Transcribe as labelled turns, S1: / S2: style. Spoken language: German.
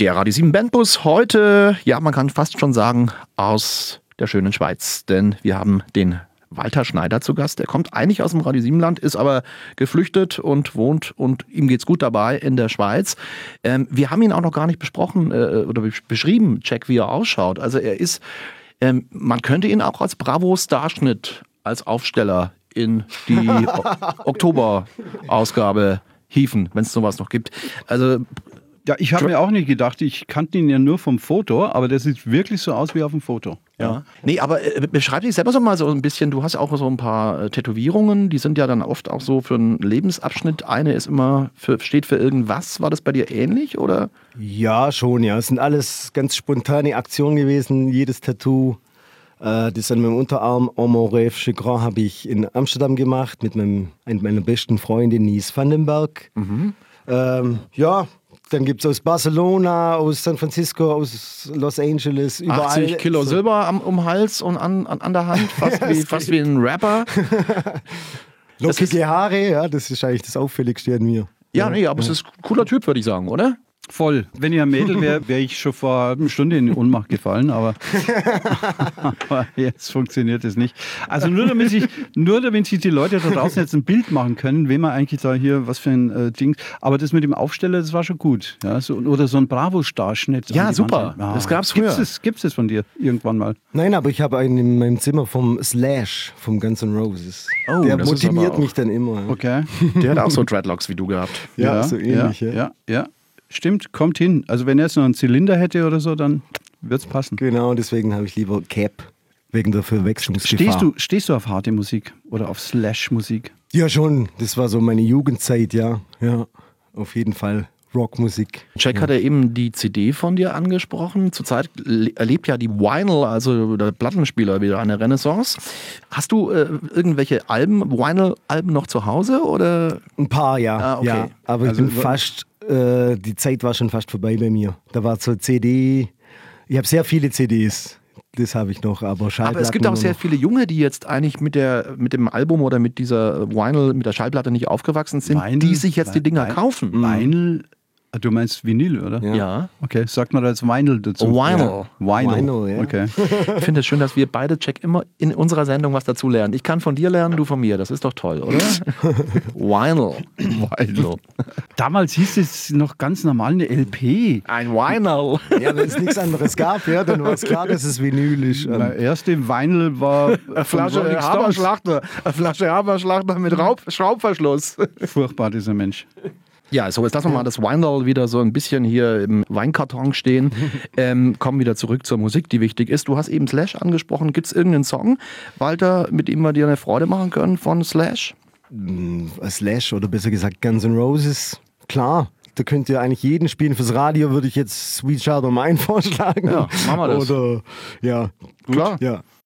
S1: Der Radio 7 Bandbus heute, ja, man kann fast schon sagen, aus der schönen Schweiz. Denn wir haben den Walter Schneider zu Gast. Der kommt eigentlich aus dem Radio 7 Land, ist aber geflüchtet und wohnt und ihm geht's gut dabei in der Schweiz. Ähm, wir haben ihn auch noch gar nicht besprochen äh, oder besch- beschrieben, Jack, wie er ausschaut. Also er ist, ähm, man könnte ihn auch als Bravo-Starschnitt, als Aufsteller in die o Oktober-Ausgabe hieven, wenn es sowas noch gibt. Also
S2: Ja, ich habe mir auch nicht gedacht, ich kannte ihn ja nur vom Foto, aber der sieht wirklich so aus wie auf dem Foto.
S1: Ja. Nee, aber äh, beschreib dich selber so mal so ein bisschen. Du hast auch so ein paar äh, Tätowierungen, die sind ja dann oft auch so für einen Lebensabschnitt. Eine ist immer für, steht für irgendwas. War das bei dir ähnlich oder?
S3: Ja, schon, ja. Es sind alles ganz spontane Aktionen gewesen. Jedes Tattoo, äh, das an meinem Unterarm, Amoref Chagrin, habe ich in Amsterdam gemacht mit meinem, einer meiner besten Freundin, Nies Vandenberg.
S1: Mhm.
S3: Ähm, ja, dann gibt es aus Barcelona, aus San Francisco, aus Los Angeles, überall.
S1: 80 Kilo
S3: so,
S1: Silber am um Hals und an, an, an der Hand, fast wie, fast wie ein Rapper. das ist-
S3: Lockige Haare, ja, das ist eigentlich das Auffälligste an mir.
S1: Ja, nee, aber es ist ein cooler Typ, würde ich sagen, oder?
S2: Voll. Wenn ihr ein Mädel wäre, wäre ich schon vor einer halben Stunde in die Ohnmacht gefallen, aber, aber jetzt funktioniert es nicht. Also nur damit, sich, nur damit sich die Leute da draußen jetzt ein Bild machen können, wem man eigentlich da hier, was für ein äh, Ding. Aber das mit dem Aufsteller, das war schon gut. Ja, so, oder so ein Bravo-Starschnitt. an
S1: Ja,
S2: die
S1: super.
S2: Wand. Ah,
S1: Das gab's
S2: gibt's
S1: früher.
S2: es, Gibt es von dir irgendwann mal?
S3: Nein, aber ich habe einen in meinem Zimmer vom Slash, vom Guns N' Roses.
S1: Oh,
S3: Der
S1: das ist aber
S3: motiviert
S1: auch-
S3: mich dann immer.
S2: Okay.
S1: Der hat auch so Dreadlocks wie du gehabt.
S3: Ja, so ähnlich.
S2: Ja, ja, ja. Stimmt, kommt hin. Also wenn er jetzt noch einen Zylinder hätte oder so, dann wird es passen.
S3: Genau, deswegen habe ich lieber Cap. Wegen der Verwechslungsgefahr.
S2: Stehst du, stehst du auf harte Musik oder auf Slash-Musik?
S3: Ja, schon. Das war so meine Jugendzeit, ja. Ja, auf jeden Fall. Rockmusik.
S1: Jack hat ja eben die CD von dir angesprochen. Zurzeit le- erlebt ja die Vinyl, also der Plattenspieler, wieder eine Renaissance. Hast du äh, irgendwelche Alben, Vinyl-Alben noch zu Hause oder?
S3: Ein paar, ja.
S1: Ah, okay.
S3: ja. Aber
S1: Also
S3: ich bin
S1: über-
S3: fast, äh, die Zeit war schon fast vorbei bei mir. Da war so CD. Ich habe sehr viele CDs. Das habe ich noch, aber Schallplatten.
S1: Aber es gibt auch
S3: nur
S1: sehr
S3: noch.
S1: viele Junge, die jetzt eigentlich mit der mit dem Album oder mit dieser Vinyl, mit der Schallplatte nicht aufgewachsen sind,
S2: Vinyl?
S1: die sich jetzt die Dinger
S2: Vinyl?
S1: kaufen.
S2: Vinyl? Ah, Du meinst Vinyl, oder?
S3: Mm. Ja. Oh,
S1: Ja.
S2: Okay, sagt man da jetzt Vinyl dazu?
S1: Vinyl.
S2: Vinyl.
S3: Vinyl, ja.
S2: Okay.
S1: Ich finde es schön, dass wir beide, Jack, immer in unserer Sendung was dazu lernen. Ich kann von dir lernen, du von mir. Das ist doch toll, oder? Vinyl. Vinyl.
S2: Damals hieß es noch ganz normal eine
S3: Ähm.
S2: LP.
S1: Ein Vinyl.
S3: Ja, wenn es nichts anderes gab, ja, dann war es klar, dass es vinyl ist.
S2: Meine erste Vinyl war
S1: Eine Flasche Haberschlachter. Eine Flasche Haberschlachter mit Raub Schraubverschluss.
S2: Furchtbar, dieser Mensch.
S1: Mhm. Ja, so jetzt lassen wir mal das Weinal wieder so ein bisschen hier im Weinkarton stehen. Ähm, kommen wieder zurück zur Musik, die wichtig ist. Du hast eben Slash angesprochen. Gibt es irgendeinen Song, Walter, mit dem wir dir eine Freude machen können von Slash?
S3: äh, Slash oder besser gesagt Guns N' Roses. Klar, da könnt ihr eigentlich jeden spielen. Fürs Radio würde ich jetzt Sweet Child of Mine vorschlagen.
S1: Ja, machen wir das.
S3: Oder, ja,
S1: Klar.
S3: ja.